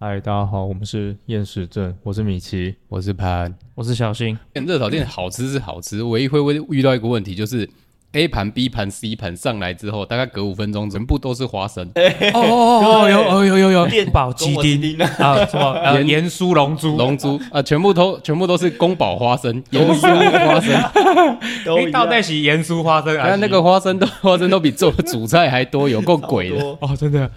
嗨，大家好，我们是厌食症，我是米奇，我是盘，我是小新，欸热炒店好吃是好吃，唯一会遇到一个问题就是 A 盘、B 盘、C 盘上来之后，大概隔五分钟全部都是花生，哦哦有有有有有练宝鸡丁啊，什么呃盐 盐酥龙珠，龙珠啊，全部都全部都是宫保 花生、盐酥花生， 都一到在洗盐酥花生，还有那个花生都花生都比做的主菜还多，有够鬼的。哦，真的，